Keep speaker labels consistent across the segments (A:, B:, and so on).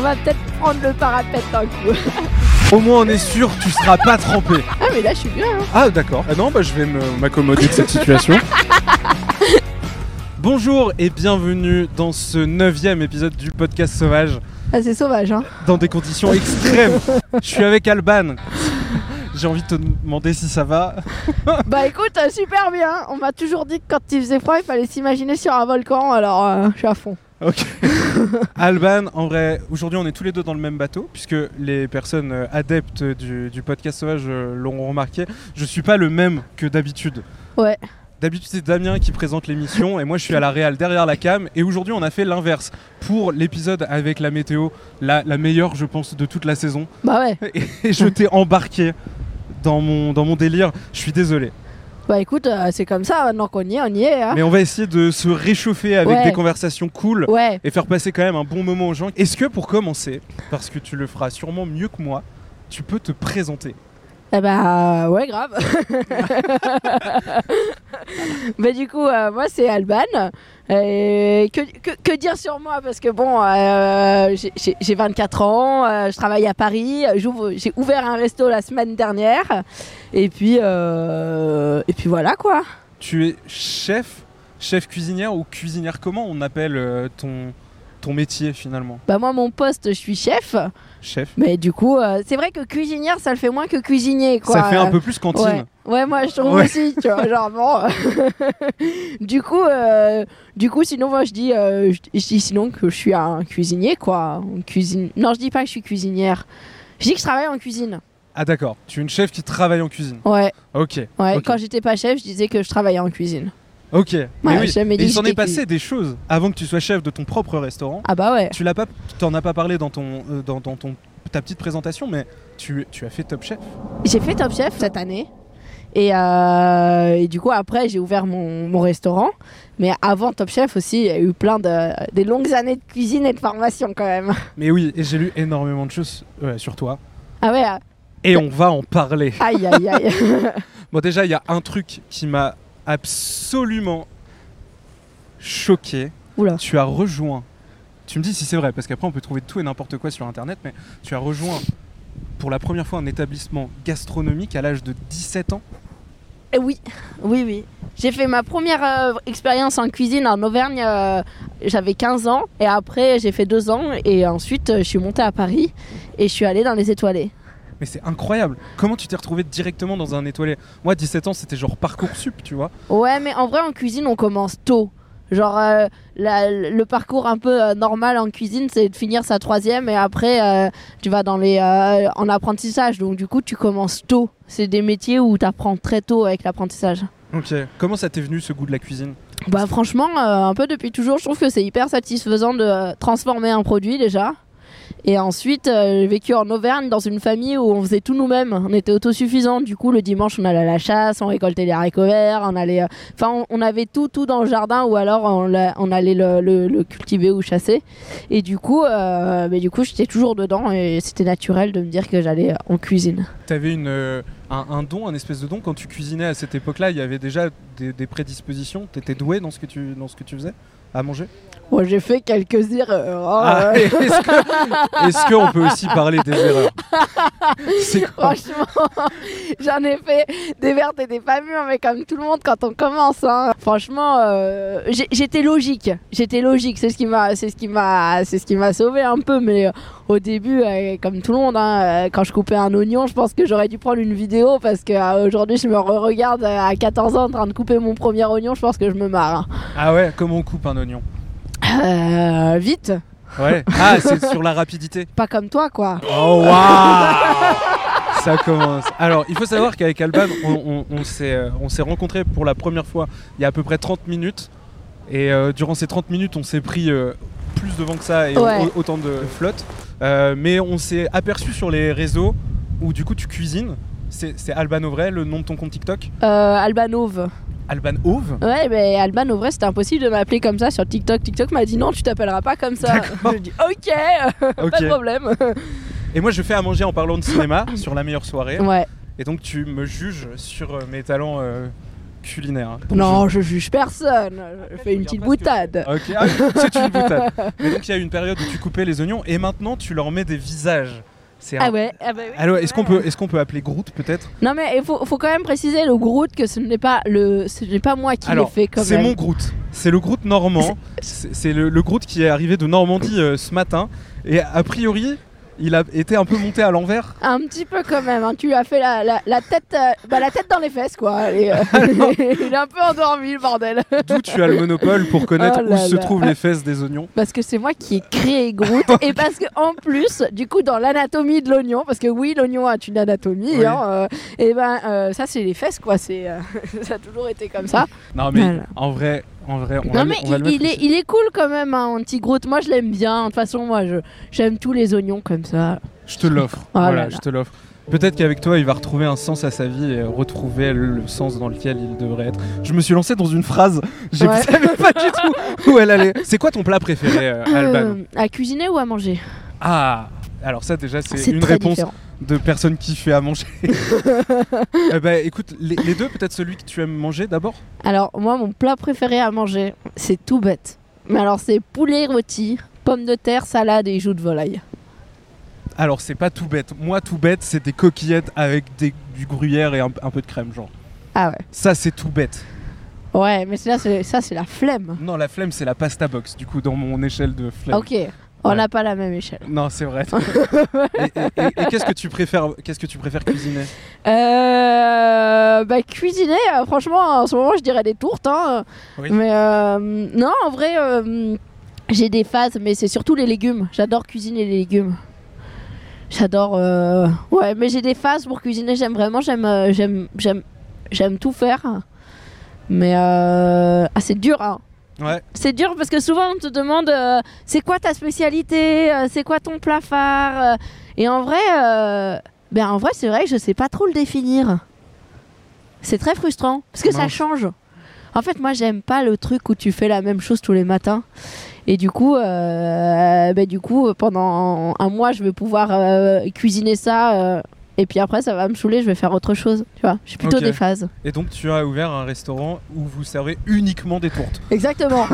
A: va peut-être prendre le parapet d'un coup.
B: Au moins, on est sûr, tu seras pas trempé.
A: ah, mais là, je suis bien. hein.
B: Ah, d'accord. Ah non, bah, je vais me- m'accommoder de cette situation. Bonjour et bienvenue dans ce neuvième épisode du podcast Sauvage,
A: Ah, c'est sauvage, hein.
B: dans des conditions extrêmes. Je suis avec Alban. J'ai envie de te demander si ça va.
A: Bah écoute, euh, super bien. On m'a toujours dit que quand il faisait froid, il fallait s'imaginer sur un volcan. Alors, euh, je suis à fond.
B: Ok. Alban, en vrai, aujourd'hui on est tous les deux dans le même bateau, puisque les personnes euh, adeptes du, du podcast sauvage euh, l'auront remarqué. Je suis pas le même que d'habitude.
A: Ouais.
B: D'habitude c'est Damien qui présente l'émission et moi je suis à la réal derrière la cam. Et aujourd'hui on a fait l'inverse pour l'épisode avec la météo, la, la meilleure je pense de toute la saison.
A: Bah ouais.
B: Et je t'ai embarqué dans mon, dans mon délire. Je suis désolé.
A: Bah écoute, euh, c'est comme ça. Maintenant qu'on y est, on y est. Hein.
B: Mais on va essayer de se réchauffer avec
A: Ouais.
B: des conversations cool.
A: Ouais.
B: et faire passer quand même un bon moment aux gens. Est-ce que pour commencer, parce que tu le feras sûrement mieux que moi, tu peux te présenter
A: Eh bah ouais, grave. bah du coup, euh, moi c'est Alban. Et que, que, que dire sur moi Parce que bon, euh, j'ai- j'ai j'ai 24 ans, euh, je travaille à Paris, j'ouvre- j'ai ouvert un resto la semaine dernière. Et puis, euh, et puis voilà quoi.
B: Tu es chef, chef cuisinière ou cuisinière Comment on appelle euh, ton, ton métier finalement
A: Bah moi mon poste, je suis chef.
B: Chef
A: Mais du coup, euh, c'est vrai que cuisinière, ça le fait moins que cuisinier quoi. euh,
B: Ça fait un peu plus cantine.
A: Ouais. ouais, moi je trouve
B: Ouais.
A: aussi, tu vois, genre bon. du coup, euh, du coup, sinon moi je dis, euh, je, je dis sinon que je suis un cuisinier quoi, On cuisine. Non, je dis pas que je suis cuisinière. Je dis que je travaille en cuisine.
B: Ah d'accord, tu es une chef qui travaille en cuisine.
A: Ouais,
B: Ok.
A: ouais.
B: Ok.
A: Quand j'étais pas chef, je disais que je travaillais en cuisine.
B: Ok. Mais
A: Ouais,
B: oui,
A: j'ai jamais
B: et
A: dit
B: il
A: que
B: s'en est
A: j'étais
B: passé des choses avant que tu sois chef de ton propre restaurant.
A: Ah bah ouais.
B: Tu l'as pas, t'en as pas parlé dans ton, euh, dans, dans ton, ta petite présentation, mais tu, tu as fait Top Chef.
A: J'ai fait Top Chef cette année. Et, euh, et du coup, après, j'ai ouvert mon, mon restaurant. Mais avant Top Chef aussi, il y a eu plein de des longues années de cuisine et de formation quand même.
B: Mais oui, et j'ai lu énormément de choses euh, sur toi.
A: Ah ouais,
B: Et on va en parler.
A: aïe, aïe, aïe.
B: Bon, déjà, il y a un truc qui m'a absolument choqué.
A: Oula.
B: Tu as rejoint. Tu me dis si c'est vrai, parce qu'après, on peut trouver tout et n'importe quoi sur internet, mais tu as rejoint pour la première fois un établissement gastronomique à l'âge de 17 ans.
A: Eh Oui, oui, oui. J'ai fait ma première euh, expérience en cuisine en Auvergne. euh, J'avais 15 ans et après j'ai fait deux ans et ensuite euh, je suis montée à Paris et je suis allée dans les étoilés.
B: Mais c'est incroyable. Comment tu t'es retrouvé directement dans un étoilé Moi, 17 ans, c'était genre Parcoursup, tu vois.
A: Ouais, mais en vrai en cuisine on commence tôt. Genre euh, la- le parcours un peu euh, normal en cuisine c'est de finir sa troisième et après euh, tu vas dans les euh, en apprentissage. Donc du coup tu commences tôt. C'est des métiers où tu apprends très tôt avec l'apprentissage.
B: Ok. Comment ça t'est venu ce goût de la cuisine
A: Bah franchement, euh, un peu depuis toujours, je trouve que c'est hyper satisfaisant de euh, transformer un produit déjà. Et ensuite, euh, j'ai vécu en Auvergne dans une famille où on faisait tout nous-mêmes. On était autosuffisants. Du coup, le dimanche, on allait à la chasse, on récoltait les haricots verts, on allait, euh, enfin, on, on avait tout, tout dans le jardin, ou alors on, l'a- on allait le, le- le cultiver ou chasser. Et du coup, euh, mais du coup, j'étais toujours dedans et c'était naturel de me dire que j'allais euh, en cuisine.
B: T'avais une, euh, un, un don, un espèce de don quand tu cuisinais à cette époque-là. Il y avait déjà des, des prédispositions. T'étais doué dans ce que tu dans ce que tu faisais à manger.
A: Moi, j'ai fait quelques erreurs. hein.
B: Ah, est-ce que- est-ce qu'on peut aussi parler des erreurs C'est quoi
A: Franchement, j'en ai fait des vertes et des pas mûres, mais comme tout le monde quand on commence. hein. Franchement, euh, j'ai- j'étais logique. J'étais logique. C'est ce qui m'a, c'est ce qui m'a, c'est ce qui m'a sauvé un peu. Mais euh, au début, euh, comme tout le monde, hein, euh, quand je coupais un oignon, je pense que j'aurais dû prendre une vidéo parce que euh, aujourd'hui, je me regarde à 14 ans en train de couper mon premier oignon. Je pense que je me marre. hein.
B: Ah ouais, comment on coupe un oignon
A: Euh, vite,
B: Ouais. Ah, c'est sur la rapidité.
A: pas comme toi, quoi.
B: Oh waouh Ça commence. Alors, il faut savoir qu'avec Alban, on, on- on s'est euh, on s'est rencontrés pour la première fois il y a à peu près 30 minutes. Et euh, durant ces 30 minutes, on s'est pris euh, plus de vent que ça et au-
A: Ouais.
B: autant de flotte. Euh, mais on s'est aperçu sur les réseaux où du coup tu cuisines. C'est c'est Alban Auvray, le nom de ton compte TikTok.
A: Euh, Albanov.
B: Alban Auve
A: Ouais, mais Alban, au vrai, c'était impossible de m'appeler comme ça sur TikTok. TikTok m'a dit non, tu t'appelleras pas comme ça.
B: D'accord.
A: Je dis ok, pas de
B: Ok.
A: problème.
B: Et moi, je fais à manger en parlant de cinéma sur la meilleure soirée.
A: Ouais,
B: Et donc, tu me juges sur euh, mes talents euh, culinaire. hein. Donc,
A: Non, je juge personne. Je fais une petite boutade.
B: je- Ok, ah oui, c'est une boutade. Mais donc il y a eu une période où tu coupais les oignons et maintenant tu leur mets des visages. C'est
A: Ah
B: un-
A: ouais, ah bah oui.
B: Alors, est-ce qu'on
A: Ouais.
B: peut, est-ce qu'on peut appeler Groot peut-être
A: Non mais il faut, faut quand même préciser le Groot que ce n'est pas le, ce n'est pas moi qui l'ai
B: Alors,
A: fait quand
B: C'est
A: même.
B: mon Groot. C'est le Groot normand. C'est c'est le, le Groot qui est arrivé de Normandie euh, ce matin. Et a priori, il a été un peu monté à l'envers.
A: Un petit peu quand même. hein. Tu lui as fait la, la, la tête, euh, bah, la tête dans les fesses quoi. Et, euh, il est un peu endormi le bordel.
B: D'où tu as le monopole pour connaître
A: Oh là
B: où se
A: là.
B: trouvent les fesses des oignons.
A: Parce que c'est moi qui ai créé Groot et parce que en plus, du coup, dans l'anatomie de l'oignon, parce que oui, l'oignon a une anatomie,
B: Oui.
A: hein, euh, et ben euh, ça c'est les fesses quoi. C'est euh, ça a toujours été comme ça.
B: Non mais
A: Voilà.
B: en vrai, en vrai, on va
A: non
B: le-
A: mais
B: on va le
A: il,
B: mettre
A: il est,
B: ici.
A: il est cool quand même, hein, petit Groot. Moi je l'aime bien. De toute façon, moi je j'aime tous les oignons comme ça.
B: Je te l'offre.
A: Oh là
B: voilà,
A: là.
B: je te l'offre. Peut-être qu'avec toi, il va retrouver un sens à sa vie et retrouver le, le sens dans lequel il devrait être. Je me suis lancé dans une phrase. Je ne
A: Ouais.
B: savais pas du tout où elle allait. C'est quoi ton plat préféré, euh, Alban
A: Euh, à cuisiner ou à manger Ah,
B: Ah, alors ça déjà, c'est
A: C'est
B: une
A: très
B: réponse
A: différent.
B: de personne qui fait à manger. eh ben, écoute, les, les deux, peut-être celui que tu aimes manger d'abord.
A: Alors moi mon plat préféré à manger, c'est tout bête. Mais alors c'est poulet rôti, pommes de terre, salade et joues de volaille.
B: Alors, c'est pas tout bête. Moi, tout bête, c'est des coquillettes avec des- du gruyère et un, un peu de crème, genre.
A: Ah ouais.
B: Ça, c'est tout bête.
A: Ouais, mais c'est là, c'est- ça c'est la flemme.
B: Non, la flemme, c'est la pasta box, du coup, dans mon échelle de flemme.
A: Ok, on
B: Ouais.
A: n'a pas la même échelle.
B: Non, c'est vrai. et et- et- et qu'est-ce que tu préfères Qu'est-ce que tu préfères cuisiner
A: Euh, bah cuisiner, euh, franchement, en ce moment je dirais des tourtes. hein.
B: Oui.
A: Mais euh, non, en vrai, euh, j'ai des phases, mais c'est surtout les légumes. J'adore cuisiner les légumes. J'adore. euh, Ouais, mais j'ai des phases pour cuisiner. J'aime vraiment, j'aime, euh, j'aime, j'aime, j'aime tout faire. Mais euh, ah, c'est dur. hein.
B: Ouais.
A: C'est dur parce que souvent on te demande euh, c'est quoi ta spécialité, Euh, c'est quoi ton plat phare. Euh, et en vrai, euh, ben en vrai c'est vrai que je sais pas trop le définir. C'est très frustrant parce que ça
B: Mince.
A: change. En fait, moi j'aime pas le truc où tu fais la même chose tous les matins. Et du coup, euh, ben, du coup pendant un mois je vais pouvoir euh, cuisiner ça. euh, et puis après ça va me saouler, je vais faire autre chose. Tu vois, je suis plutôt
B: Ok.
A: des phases.
B: Et donc, tu as ouvert un restaurant où vous servez uniquement des tourtes.
A: Exactement.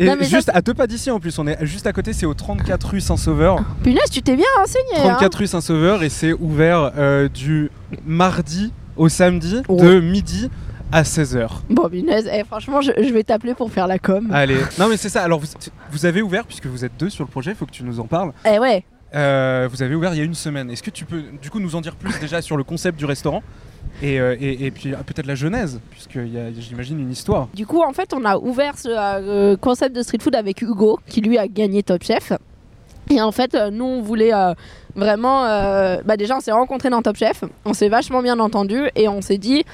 B: Et
A: Non, mais ça,
B: juste à deux pas d'ici en plus, on est juste à côté, c'est au 34 rue Saint-Sauveur.
A: Punaise, tu t'es bien renseigné. hein.
B: 34 rue Saint-Sauveur et c'est ouvert euh, du mardi au samedi
A: Oh.
B: de midi à 16h.
A: Bon, punaise, eh, franchement, je, je vais t'appeler pour faire la com.
B: Allez, non mais c'est ça, alors vous, vous avez ouvert, puisque vous êtes deux sur le projet, il faut que tu nous en parles,
A: Eh ouais,
B: Euh, vous avez ouvert il y a une semaine. Est-ce que tu peux du coup nous en dire plus déjà sur le concept du restaurant et, euh, et- et puis ah, peut-être la genèse, puisqu'il y a, j'imagine, une histoire.
A: du coup, en fait, on a ouvert ce euh, concept de street food avec Hugo, qui lui a gagné Top Chef. Et en fait, euh, nous, on voulait euh, vraiment. euh, bah, déjà, on s'est rencontrés dans Top Chef, on s'est vachement bien entendu et on s'est dit.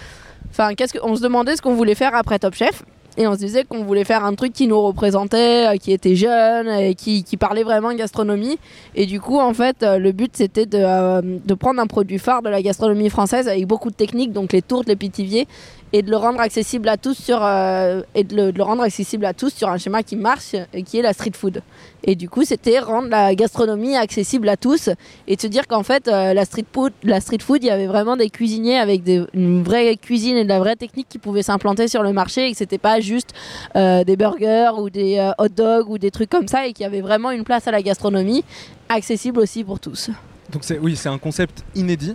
A: Enfin, qu'est-ce que. On se demandait ce qu'on voulait faire après Top Chef. Et on se disait qu'on voulait faire un truc qui nous représentait, euh, qui était jeune et qui, qui parlait vraiment gastronomie. Et du coup, en fait, euh, le but c'était de, euh, de prendre un produit phare de la gastronomie française avec beaucoup de techniques, donc les tourtes, les pitiviers, et de le rendre accessible à tous sur euh, et de le, de le rendre accessible à tous sur un schéma qui marche et qui est la street food. Et du coup, c'était rendre la gastronomie accessible à tous et de se dire qu'en fait, euh, la street food, la street food, il y avait vraiment des cuisiniers avec des- une vraie cuisine et de la vraie technique qui pouvaient s'implanter sur le marché et que c'était pas juste euh, des burgers ou des euh, hot dogs ou des trucs comme ça et qu'il y avait vraiment une place à la gastronomie accessible aussi pour tous.
B: Donc c'est, oui, c'est un concept inédit.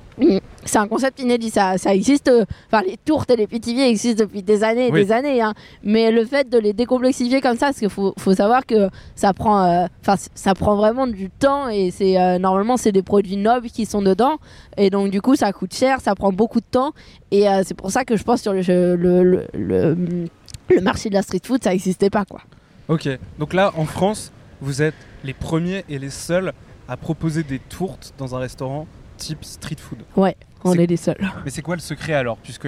A: C'est un concept inédit, ça, ça existe. euh, Enfin, les tourtes et les pitiviers existent depuis des années et
B: Oui.
A: des années. hein. Mais le fait de les décomplexifier comme ça, parce qu'il faut, faut savoir que ça prend, euh, enfin, c- ça prend vraiment du temps et c'est euh, normalement c'est des produits nobles qui sont dedans. Et donc du coup, ça coûte cher, ça prend beaucoup de temps. Et euh, c'est pour ça que je pense sur le, le, le, le- le marché de la street food, ça n'existait pas quoi.
B: Ok, donc là en France, vous êtes les premiers et les seuls à proposer des tourtes dans un restaurant type street food.
A: On
B: C'est-
A: est les seuls.
B: Mais c'est quoi le secret alors Puisque,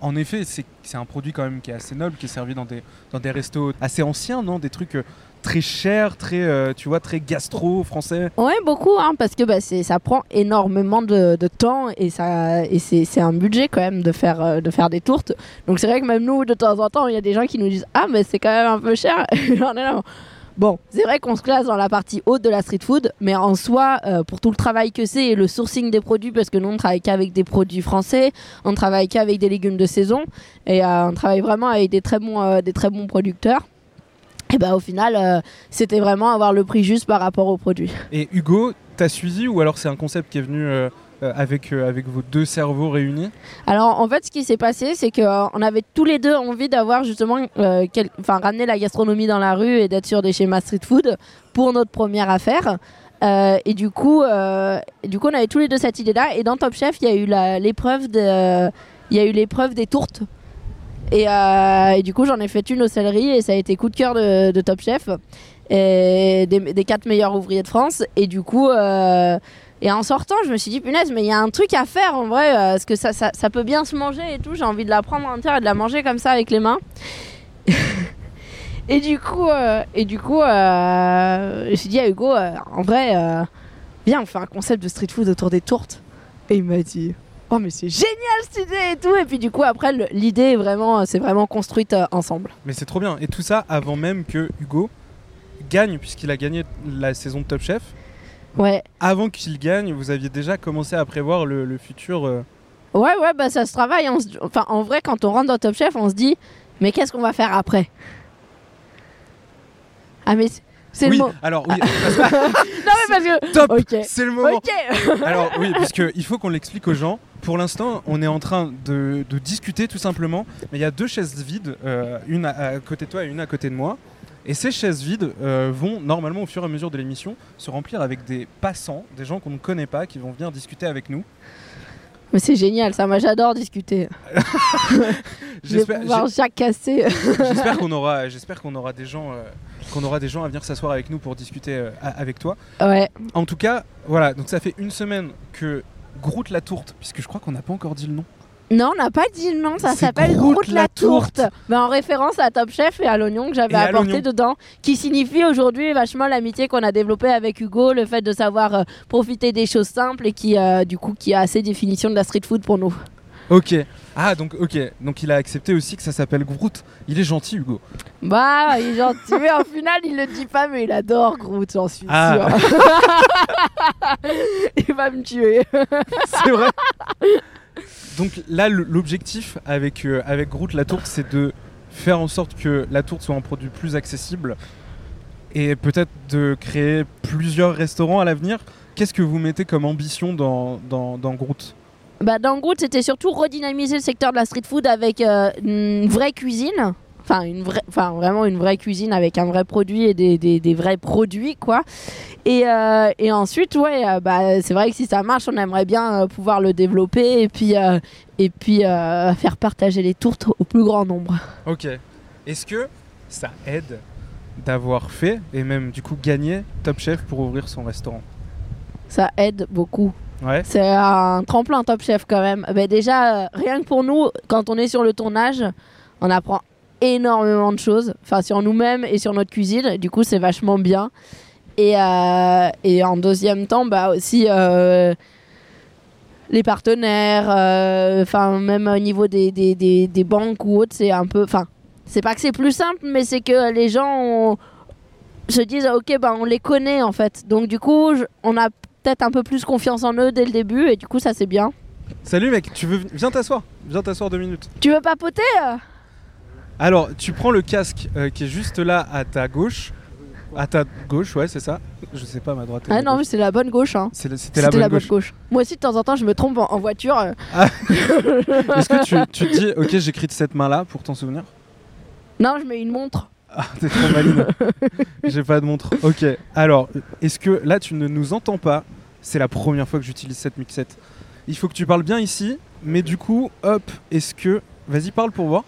B: en effet, c'est c'est un produit quand même qui est assez noble, qui est servi dans des, dans des restos assez anciens, non Des trucs euh, très chers, très, euh, tu vois, très gastro français.
A: Ouais, beaucoup, hein, parce que bah, c'est, ça prend énormément de, de temps et, ça, et c'est, c'est un budget quand même de faire, euh, de faire des tourtes. Donc c'est vrai que même nous, de temps en temps, il y a des gens qui nous disent Ah, mais c'est quand même un peu cher. Et on est là, Bon, c'est vrai qu'on se classe dans la partie haute de la street food, mais en soi, euh, pour tout le travail que c'est et le sourcing des produits, parce que nous on travaille qu'avec des produits français, on travaille qu'avec des légumes de saison, et euh, on travaille vraiment avec des très bons, euh, des très bons producteurs. Et bah au final, euh, c'était vraiment avoir le prix juste par rapport aux produits.
B: Et Hugo, t'as suivi ou alors c'est un concept qui est venu euh, euh, avec, euh, avec vos deux cerveaux réunis
A: Alors en fait, ce qui s'est passé, c'est que euh, on avait tous les deux envie d'avoir justement, euh, quel- enfin, ramener la gastronomie dans la rue et d'être sur des schémas street food pour notre première affaire. Euh, et du coup, euh, et du coup, on avait tous les deux cette idée-là. Et dans Top Chef, il y a eu la- l'épreuve de, il y a eu l'épreuve des tourtes. Et, euh, et du coup, j'en ai fait une au céleri et ça a été coup de cœur de, de Top Chef et des, des quatre meilleurs ouvriers de France. Et du coup, euh, et en sortant, je me suis dit, punaise, mais il y a un truc à faire en vrai, euh, parce que ça, ça, ça peut bien se manger et tout. J'ai envie de la prendre entière et de la manger comme ça avec les mains. et du coup, euh, et du coup euh, je me suis dit à Hugo, euh, en vrai, euh, viens, on fait un concept de street food autour des tourtes. Et il m'a dit. Oh mais c'est génial cette idée et tout et puis du coup après le- l'idée est vraiment c'est vraiment construite euh, ensemble.
B: Mais c'est trop bien. Et tout ça avant même que Hugo gagne, puisqu'il a gagné la saison de Top Chef.
A: Ouais
B: Avant qu'il gagne, vous aviez déjà commencé à prévoir le, le futur. euh,
A: Ouais, ouais, bah ça se travaille. on se- Enfin, en vrai, quand on rentre dans Top Chef, on se dit, mais qu'est-ce qu'on va faire après Ah, mais c'est- c'est
B: Oui,
A: le mot.
B: alors oui,
A: Non, mais parce que.
B: top
A: Ok.
B: C'est le moment
A: Ok.
B: Alors oui, parce que il faut qu'on l'explique aux gens. Pour l'instant, on est en train de, de discuter tout simplement, mais il y a deux chaises vides, euh, une à, à côté de toi et une à côté de moi. Et ces chaises vides euh, vont normalement au fur et à mesure de l'émission se remplir avec des passants, des gens qu'on ne connaît pas, qui vont venir discuter avec nous.
A: Mais c'est génial, ça, moi j'adore discuter. Je vais
B: J'espère
A: pouvoir jacasser.
B: j'ai- j'espère qu'on aura, j'espère qu'on aura des gens, euh, qu'on aura des gens à venir s'asseoir avec nous pour discuter euh, a- avec toi.
A: ouais.
B: En tout cas, voilà. Donc ça fait une semaine que Groot la tourte, puisque je crois qu'on n'a pas encore dit le nom.
A: Non, on n'a pas dit le nom, ça
B: C'est
A: s'appelle
B: Croûte
A: Croûte
B: la
A: la tourte.
B: Tourte.
A: Mais en référence à Top Chef et à l'oignon que j'avais
B: Et à
A: apporté
B: l'oignon.
A: dedans, qui signifie aujourd'hui vachement l'amitié qu'on a développée avec Hugo, le fait de savoir euh, profiter des choses simples et qui, euh, du coup, qui a assez définition de la street food pour nous.
B: Ok. Ah donc ok. Donc il a accepté aussi que ça s'appelle Groot. Il est gentil Hugo.
A: Bah, il est gentil, mais en final, il le dit pas, mais il adore Groot, j'en suis
B: Ah.
A: sûre. il va me tuer.
B: C'est vrai. donc là le- l'objectif avec euh, avec Groot la tourte c'est de faire en sorte que la tourte soit un produit plus accessible et peut-être de créer plusieurs restaurants à l'avenir. Qu'est-ce que vous mettez comme ambition dans, dans, dans Groot
A: Bah, dans Groot, c'était surtout redynamiser le secteur de la street food avec euh, une vraie cuisine. Enfin, une vraie, enfin, vraiment une vraie cuisine avec un vrai produit et des, des- des vrais produits, quoi. Et, euh, et ensuite, ouais, euh, bah, c'est vrai que si ça marche, on aimerait bien euh, pouvoir le développer et puis, euh, et puis euh, faire partager les tourtes au plus grand nombre.
B: Ok. Est-ce que ça aide d'avoir fait et même du coup gagné Top Chef pour ouvrir son restaurant
A: Ça aide beaucoup.
B: Ouais.
A: C'est un tremplin Top Chef quand même. Mais déjà, euh, rien que pour nous, quand on est sur le tournage, on apprend énormément de choses, enfin sur nous-mêmes et sur notre cuisine. Du coup, c'est vachement bien. Et, euh, et en deuxième temps, bah aussi euh, les partenaires, euh, enfin même au niveau des, des, des, des banques ou autres, c'est un peu, enfin c'est pas que c'est plus simple, mais c'est que les gens ont- se disent ok, bah on les connaît en fait. Donc du coup, je- on a peut-être un peu plus confiance en eux dès le début et du coup ça c'est bien.
B: Salut mec, tu veux viens t'asseoir, viens t'asseoir deux minutes.
A: Tu veux papoter euh
B: Alors tu prends le casque euh, qui est juste là à ta gauche, à ta gauche ouais c'est ça. Je sais pas ma droite. et ma
A: Ah non
B: gauche.
A: mais c'est la bonne gauche hein.
B: C'est la- c'était
A: C'était
B: la bonne gauche.
A: Moi aussi de temps en temps je me trompe en, en voiture. euh.
B: Est-ce que tu, tu te dis ok j'écris de cette main là pour t'en souvenir
A: Non je mets une montre.
B: Ah t'es trop maline. J'ai pas de montre. Ok. Alors est-ce que là tu ne nous entends pas C'est la première fois que j'utilise cette mixette. Il faut que tu parles bien ici, mais du coup hop est-ce que vas-y parle pour voir.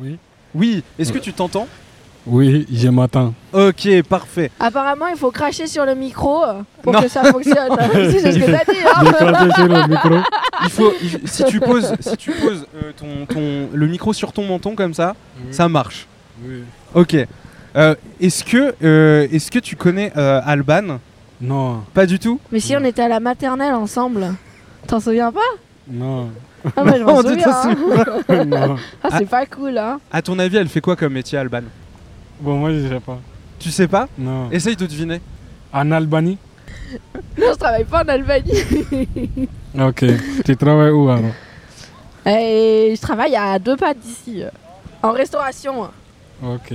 C: Oui.
B: Oui. Est-ce que tu t'entends
C: Oui, je m'attends.
B: Ok parfait.
A: Apparemment il faut cracher sur le micro euh, pour
B: Non.
A: que ça fonctionne. Ah, si c'est ce que t'as dit hein.
C: J'ai craché sur le micro.
B: Il faut, il- si tu poses, si tu poses euh, ton, ton- le micro sur ton menton comme ça, ça marche.
C: Oui.
B: Ok. Euh, est-ce que, euh, est-ce que tu connais euh, Alban
C: Non,
B: Pas du tout.
A: Mais si on était à la maternelle ensemble. T'en souviens pas
C: non,
A: Ah bah je m'en
B: Non, tu
A: souviens.
B: t'en
A: hein.
C: non.
A: Ah c'est pas cool hein.
B: À ton avis, elle fait quoi comme métier, Alban
C: Bon, moi, je sais pas.
B: Tu sais pas
C: non.
B: Essaye de deviner.
C: En Albanie
A: Non, je travaille pas en Albanie.
C: Ok. tu travailles où alors
A: Et Eh, je travaille à deux pas d'ici, euh, en restauration.
C: Ok.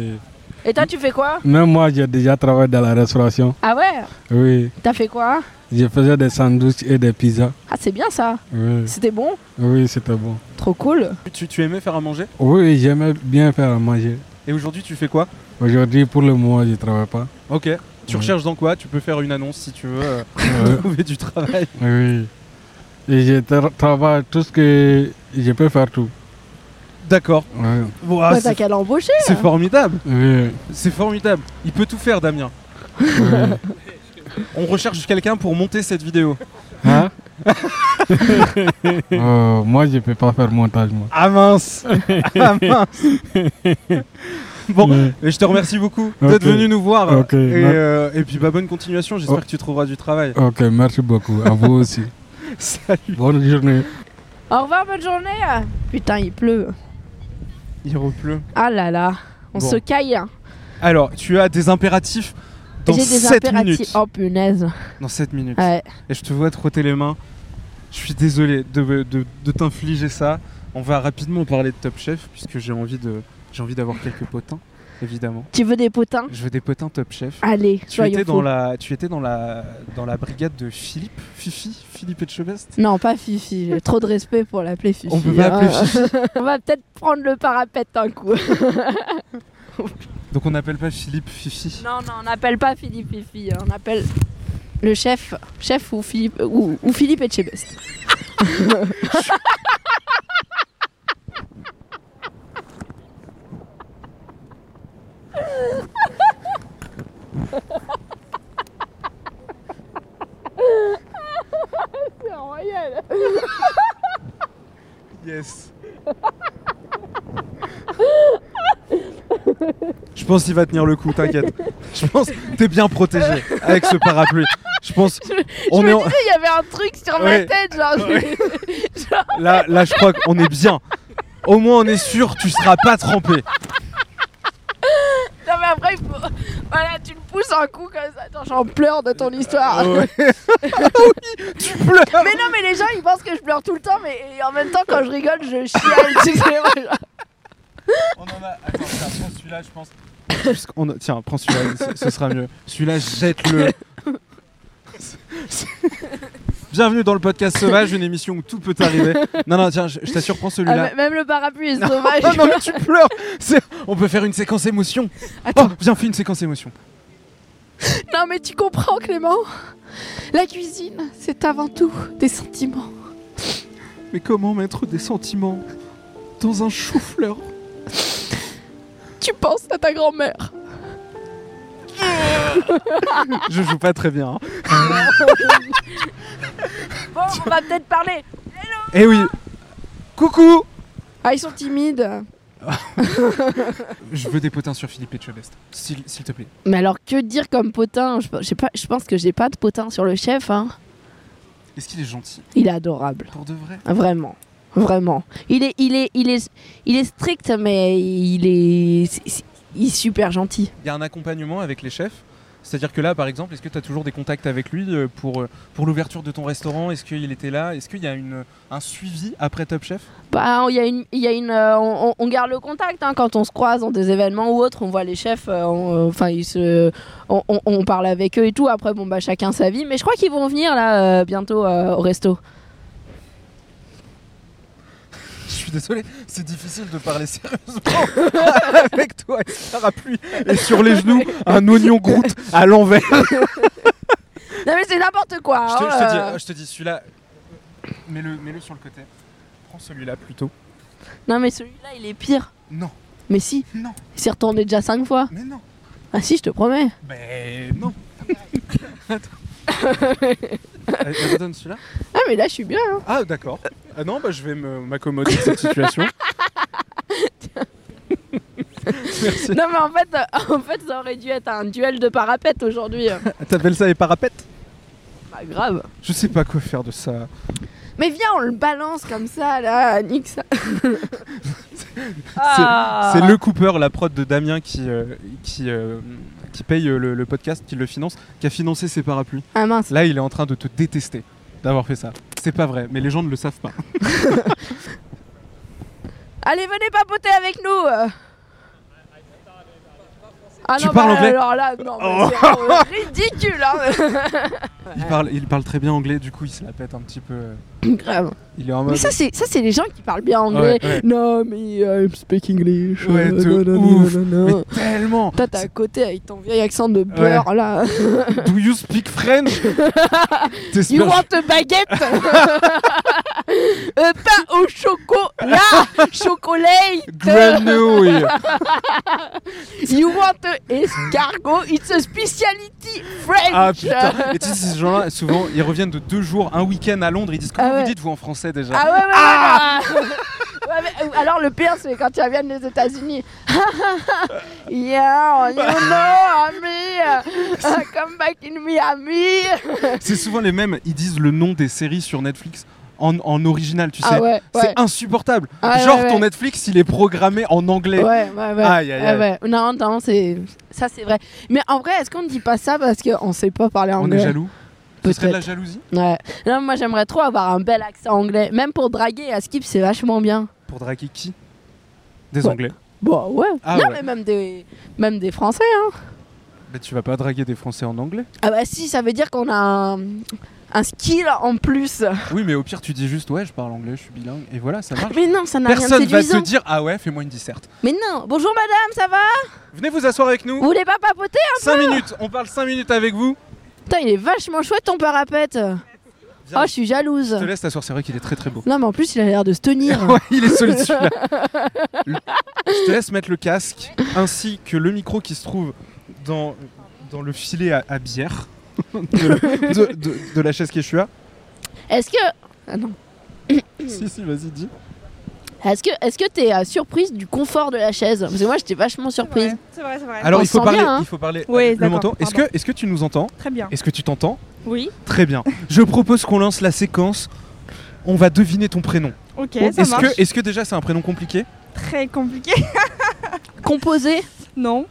A: Et toi, tu fais quoi
C: Même moi, j'ai déjà travaillé dans la restauration.
A: Ah ouais
C: Oui.
A: T'as fait quoi
C: Je faisais des sandwichs et des pizzas.
A: Ah, c'est bien ça.
C: Oui.
B: Mmh.
A: C'était bon
C: Oui, c'était bon.
A: Trop cool.
B: Tu, tu aimais faire à manger
C: Oui, j'aimais bien faire à manger.
B: et aujourd'hui tu fais quoi
C: Aujourd'hui, pour le moment, je ne travaille pas.
B: Ok. Tu
C: Ouais.
B: recherches dans quoi Tu peux faire une annonce si tu veux euh,
C: Euh,
B: trouver du travail.
C: oui. Et je tra- travaille tout ce que je peux faire tout.
B: D'accord.
C: Oui.
B: Ouah,
A: Bah, T'as
B: Ah, c'est
A: qu'à l'embaucher.
B: c'est formidable.
C: Oui.
B: C'est formidable. Il peut tout faire, Damien.
C: oui.
B: On recherche quelqu'un pour monter cette vidéo.
C: Hein Oh, moi, je peux pas faire montage, moi.
B: Ah mince Ah mince Bon,
C: Ouais.
B: et je te remercie beaucoup d'être
C: Ok.
B: venu nous voir.
C: Ok.
B: Et, euh, et puis bah, bonne continuation, j'espère
C: Oh.
B: que tu trouveras du travail.
C: Ok, merci beaucoup. À vous aussi.
B: Salut
C: Bonne journée.
A: Au revoir, bonne journée. Putain, il pleut.
B: Il repleut.
A: Ah là là, on
B: Bon.
A: se caille. hein.
B: Alors, tu as des impératifs dans
A: J'ai des
B: 7
A: impératifs.
B: minutes.
A: Oh punaise.
B: Dans 7 minutes.
A: Ouais.
B: Et je te vois te frotter les mains. Je suis désolé de, de- de t'infliger ça. On va rapidement parler de Top Chef, puisque j'ai envie de- j'ai envie d'avoir quelques potins, évidemment.
A: Tu veux des potins
B: Je veux des potins Top Chef.
A: Allez,
B: Tu
A: soyons
B: étais,
A: fous.
B: dans la, tu étais dans la, dans la brigade de Philippe, Fifi, Philippe Etchebest
A: Non, pas Fifi. J'ai trop de respect pour l'appeler Fifi.
B: On peut pas appeler
A: Ah.
B: Fifi.
A: On va peut-être prendre le parapet d'un coup.
B: Donc on n'appelle pas Philippe Fifi.
A: non, non, on n'appelle pas Philippe Fifi. hein, On appelle le chef. Chef ou Philippe, ou, ou Philippe Etchebest. C'est royal.
B: Yes. Je pense qu'il va tenir le coup, t'inquiète. Je pense que t'es bien protégé avec ce parapluie. Je pense.
A: Je
B: On
A: me
B: est en-
A: disais, il y avait un truc sur
B: Ouais.
A: ma tête, genre. genre,
B: Là, là, je crois qu'on est bien. Au moins, on est sûr, tu seras pas trempé.
A: non, mais après, il faut- voilà, tu le pousses un coup comme ça. Attends, j'en pleure de ton histoire.
B: Tu pleures.
A: Mais non, mais les gens, ils pensent que je pleure tout le temps, mais et en même temps, quand je rigole, je chiale. tu sais, moi, genre.
B: On en a. Attends, tiens, prends celui-là, je pense. Puisqu'on a- Tiens, prends celui-là, ce- ce sera mieux. Celui-là, jette-le. Bienvenue dans le podcast Sauvage, une émission où tout peut arriver. Non, non, tiens, je, je t'assure, prends
A: Ah,
B: celui-là.
A: mais- même le parapluie est
B: Ah
A: sauvage.
B: non, mais tu pleures C'est- On peut faire une séquence émotion.
A: Attends.
B: Oh, viens, fais une séquence émotion.
A: Non, mais tu comprends, Clément La cuisine, c'est avant tout des sentiments.
B: Mais comment mettre des sentiments dans un chou-fleur
A: Tu penses à ta grand-mère.
B: Je joue pas très bien. hein.
A: Bon, on va peut-être parler.
B: Eh oui Coucou
A: Ah, ils sont timides.
B: Je veux des potins sur Philippe Etchebest, s'il s'il te plaît.
A: Mais alors, que dire comme potin je, sais pas, je pense que j'ai pas de potin sur le chef. Hein.
B: Est-ce qu'il est gentil
A: Il est adorable.
B: Pour de vrai
A: Vraiment. Vraiment. Il est, il est, il est, il est strict, mais il est, c'est- il est super gentil.
B: Il y a un accompagnement avec les chefs c'est-à-dire que là, par exemple, est-ce que tu as toujours des contacts avec lui euh, pour, euh, pour l'ouverture de ton restaurant Est-ce qu'il était là Est-ce qu'il y a une, un suivi après Top Chef
A: Bah, il y a une, il y a une, euh, on, on- on garde le contact hein, quand on se croise dans des événements ou autres. On voit les chefs, euh, on- enfin ils se, on, on- on parle avec eux et tout. Après, bon bah chacun sa vie. Mais je crois qu'ils vont venir là euh, bientôt euh, au resto.
B: Je suis désolé, c'est difficile de parler sérieusement avec toi et ce parapluie. Et sur les genoux, un oignon Groot à l'envers. Je te,
A: Non mais c'est n'importe quoi.
B: je
A: hein,
B: te dis,
A: euh.
B: je te dis, celui-là, mets-le mets-le sur le côté. Prends celui-là plutôt.
A: Non mais celui-là, il est pire.
B: Non,
A: Mais si,
B: non,
A: il s'est retourné déjà cinq fois.
B: mais non,
A: Ah si, je te promets.
B: mais Ben, non. Attends. Euh, Je redonne celui-là
A: Ah mais là, je suis bien. hein.
B: Ah d'accord. Ah non, bah, je vais me- m'accommoder de cette situation. Merci.
A: Non mais en fait, euh, en fait, ça aurait dû être un duel de parapète aujourd'hui. hein.
B: T'appelles ça les parapettes
A: Pas grave.
B: Je sais pas quoi faire de ça.
A: Mais viens, on le balance comme ça là, nique ça. Ah.
B: C'est le Cooper, la prod de Damien qui, euh, qui, euh, qui paye euh, le, le podcast, qui le finance, qui a financé ses parapluies.
A: Ah mince.
B: Là, il est en train de te détester d'avoir fait ça. C'est pas vrai, mais les gens ne le savent pas.
A: Allez, venez papoter avec nous euh. Ah
B: Tu
A: non,
B: parles
A: bah,
B: anglais
A: alors là, non, mais
B: Oh.
A: c'est euh, ridicule, hein
B: Il parle, il parle très bien anglais, du coup, il se la pète un petit peu. euh,
A: Grave.
B: Il est en mode.
A: Mais ça, c'est ça, c'est les gens qui parlent bien anglais.
B: Ouais, ouais.
A: Non, mais euh, I'm speak English.
B: Ouais,
A: euh,
B: de
A: nanana,
B: ouf.
A: nanana.
B: Mais tellement
A: Mm. Toi, t'es à côté avec ton vieil accent de beurre, là.
B: Do you speak French
A: You
B: T'espères
A: want a baguette Euh, Pain au chocolat Chocolat
B: Grenouille
A: You want a escargot It's a speciality French
B: Ah putain Et tu sais, ces gens-là, souvent, ils reviennent de deux jours, un week-end à Londres, ils disent Comment
A: Ah ouais.
B: vous dites, vous, en français déjà
A: Ah ouais, ouais, ouais, ouais. Ouais, mais, euh, Alors le pire c'est quand tu reviens des États-Unis. yeah, you
B: Bah.
A: know, Ami, uh, come back in Miami.
B: C'est souvent les mêmes, ils disent le nom des séries sur Netflix en, en original, tu sais.
A: Ah ouais, ouais.
B: C'est insupportable.
A: Ah ouais,
B: Genre,
A: ouais,
B: ton
A: ouais.
B: Netflix, il est programmé en anglais.
A: Ouais, ouais, ouais.
B: Aïe, aïe,
A: Ah
B: aïe.
A: ouais. Non, non, c'est ça, c'est vrai. Mais en vrai, est-ce qu'on ne dit pas ça parce qu'on sait pas parler
B: On
A: anglais
B: est jaloux Ce serait de la
A: Peut-être.
B: jalousie
A: Ouais. Non, moi j'aimerais trop avoir un bel accent anglais. Même pour draguer à Skip, c'est vachement bien.
B: Pour draguer qui Des
A: Ouais.
B: anglais.
A: Bon, ouais.
B: Ah
A: non,
B: ouais.
A: mais même des, même des Français. Hein.
B: Mais tu vas pas draguer des français en anglais
A: Ah bah si, ça veut dire qu'on a un, un skill en plus.
B: Oui, mais au pire, tu dis juste Ouais, je parle anglais, je suis bilingue, et voilà, ça marche.
A: Mais non, ça n'a rien de
B: Personne va te
A: séduisant.
B: dire Ah ouais, fais-moi une disserte.
A: Mais non, bonjour madame, ça va
B: Venez vous asseoir avec nous.
A: Vous voulez pas papoter
B: 5 minutes, on parle 5 minutes avec vous.
A: Euh. Putain, il est vachement chouette ton parapet. Oh, je suis jalouse.
B: Je te laisse t'asseoir, c'est vrai qu'il est très très beau.
A: Non, mais en plus, il a l'air de se tenir.
B: Ouais, il est solide celui-là. Le- Je te laisse mettre le casque ainsi que le micro qui se trouve dans, dans le filet à, à bière de la, de- de- de la chaise Quechua.
A: Est-ce que. Ah non.
B: si, si, vas-y, dis.
A: Est-ce que est-ce que t'es euh, surprise du confort de la chaise Parce que moi j'étais vachement surprise.
D: C'est vrai, c'est vrai.
B: Alors,
A: On
B: il
A: se
B: faut,
A: sent
B: parler,
A: bien, hein.
B: il faut parler
D: Oui,
B: euh, le
D: d'accord,
B: menton. Est-ce que, est que tu nous entends
D: Très bien.
B: Est-ce que tu t'entends
D: Oui,
B: Très bien. Je propose qu'on lance la séquence. On va deviner ton prénom.
D: ok, ça
B: Est-ce
D: marche.
B: que, est que déjà c'est un prénom compliqué
D: Très compliqué.
A: Composé
D: Non.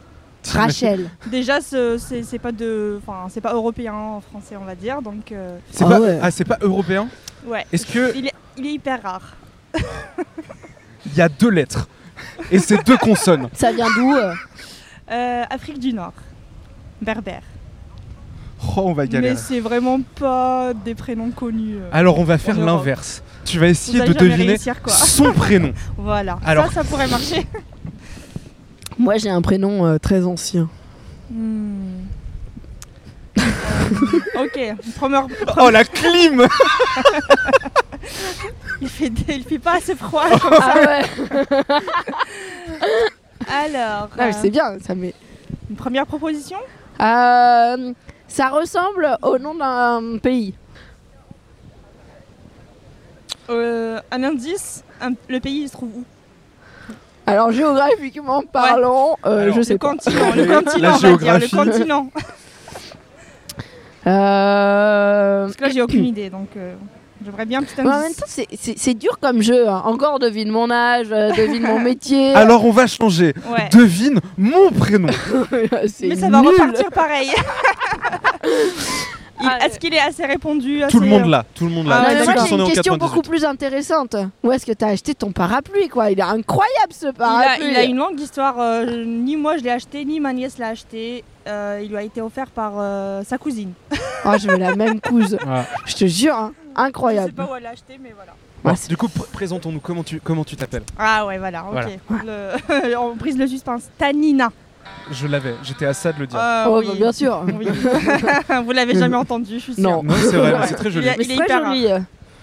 A: Rachel.
D: Déjà, ce- c'est c'est pas de, enfin, c'est pas européen, en français, on va dire. Donc, euh,
B: C'est
A: Ah
B: pas,
A: ouais.
B: ah, c'est pas européen
D: ouais.
B: Est-ce que
D: Il est hyper rare.
B: il y a deux lettres et c'est deux consonnes
A: Ça vient d'où euh
D: Euh, Afrique du Nord, berbère.
B: Oh, on va galérer.
D: Mais c'est vraiment pas des prénoms connus. euh.
B: Alors on va faire
D: On verra.
B: l'inverse. Tu vas
D: Vous
B: essayer de
D: allez jamais
B: deviner
D: réussir, quoi.
B: son prénom.
D: Voilà.
B: Alors.
D: Ça, ça pourrait marcher.
A: Moi j'ai un prénom euh, très ancien.
D: Hmm. ok, Promeur-
B: Oh la clim
D: il fait, il fait pas assez froid.
A: Ah ouais
D: Alors,
A: Non Ah, mais
D: euh,
A: c'est bien, ça met.
D: une première proposition
A: Euh, ça ressemble au nom d'un pays.
D: Euh, Un indice un- Le pays, il se trouve où
A: Alors géographiquement parlant, euh,
B: Alors,
A: je sais
D: Le
A: pas.
D: continent, le
B: La
D: continent, on va dire,
B: géographie.
D: le continent.
A: Euh...
D: Parce que là, j'ai aucune idée, donc euh, j'aimerais bien un petit
A: mais en même
D: indice.
A: temps, c'est- c'est c'est dur comme jeu. hein. Encore devine mon âge, euh, devine mon métier.
B: Alors on va changer.
D: Ouais. Ah,
B: Devine mon prénom.
A: c'est
D: Mais ça va
A: nul.
D: repartir pareil. Il-
A: Ah,
D: Est-ce qu'il est assez répandu assez,
B: Tout le monde là, tout le monde
D: Ah,
B: là.
A: Non, mais moi,
B: Tous
D: ouais,
B: ceux
A: j'ai
B: qui sont nés
A: une
B: en
A: question
B: 98.
A: beaucoup plus intéressante. Où est-ce que t'as acheté ton parapluie, quoi Il est incroyable ce
D: Il a,
A: parapluie.
D: il a une longue histoire. euh, ni moi je l'ai acheté, ni ma nièce l'a acheté. Euh, il lui a été offert par euh, sa cousine.
A: Oh, je veux la même couse.
B: Ah.
A: Je te jure, hein.
D: Je sais
A: incroyable.
D: pas où elle l'a acheté, mais voilà.
B: Bon,
A: Ouais, c'est-
B: du coup, pr- présentons-nous. Comment tu comment tu t'appelles
D: Ah ouais, voilà, ok.
B: Voilà.
D: Le- On brise le suspense. Tanina.
B: Je l'avais. J'étais à ça de le dire.
D: Euh,
A: Oh,
D: oui.
A: bah, bien sûr.
D: Oui. Vous l'avez jamais entendu, je suis sûre.
A: Non.
B: Non, c'est vrai.
D: Ouais.
B: C'est très joli.
D: Il y a-
A: Mais c'est
D: est
A: très
D: hyper
A: joli.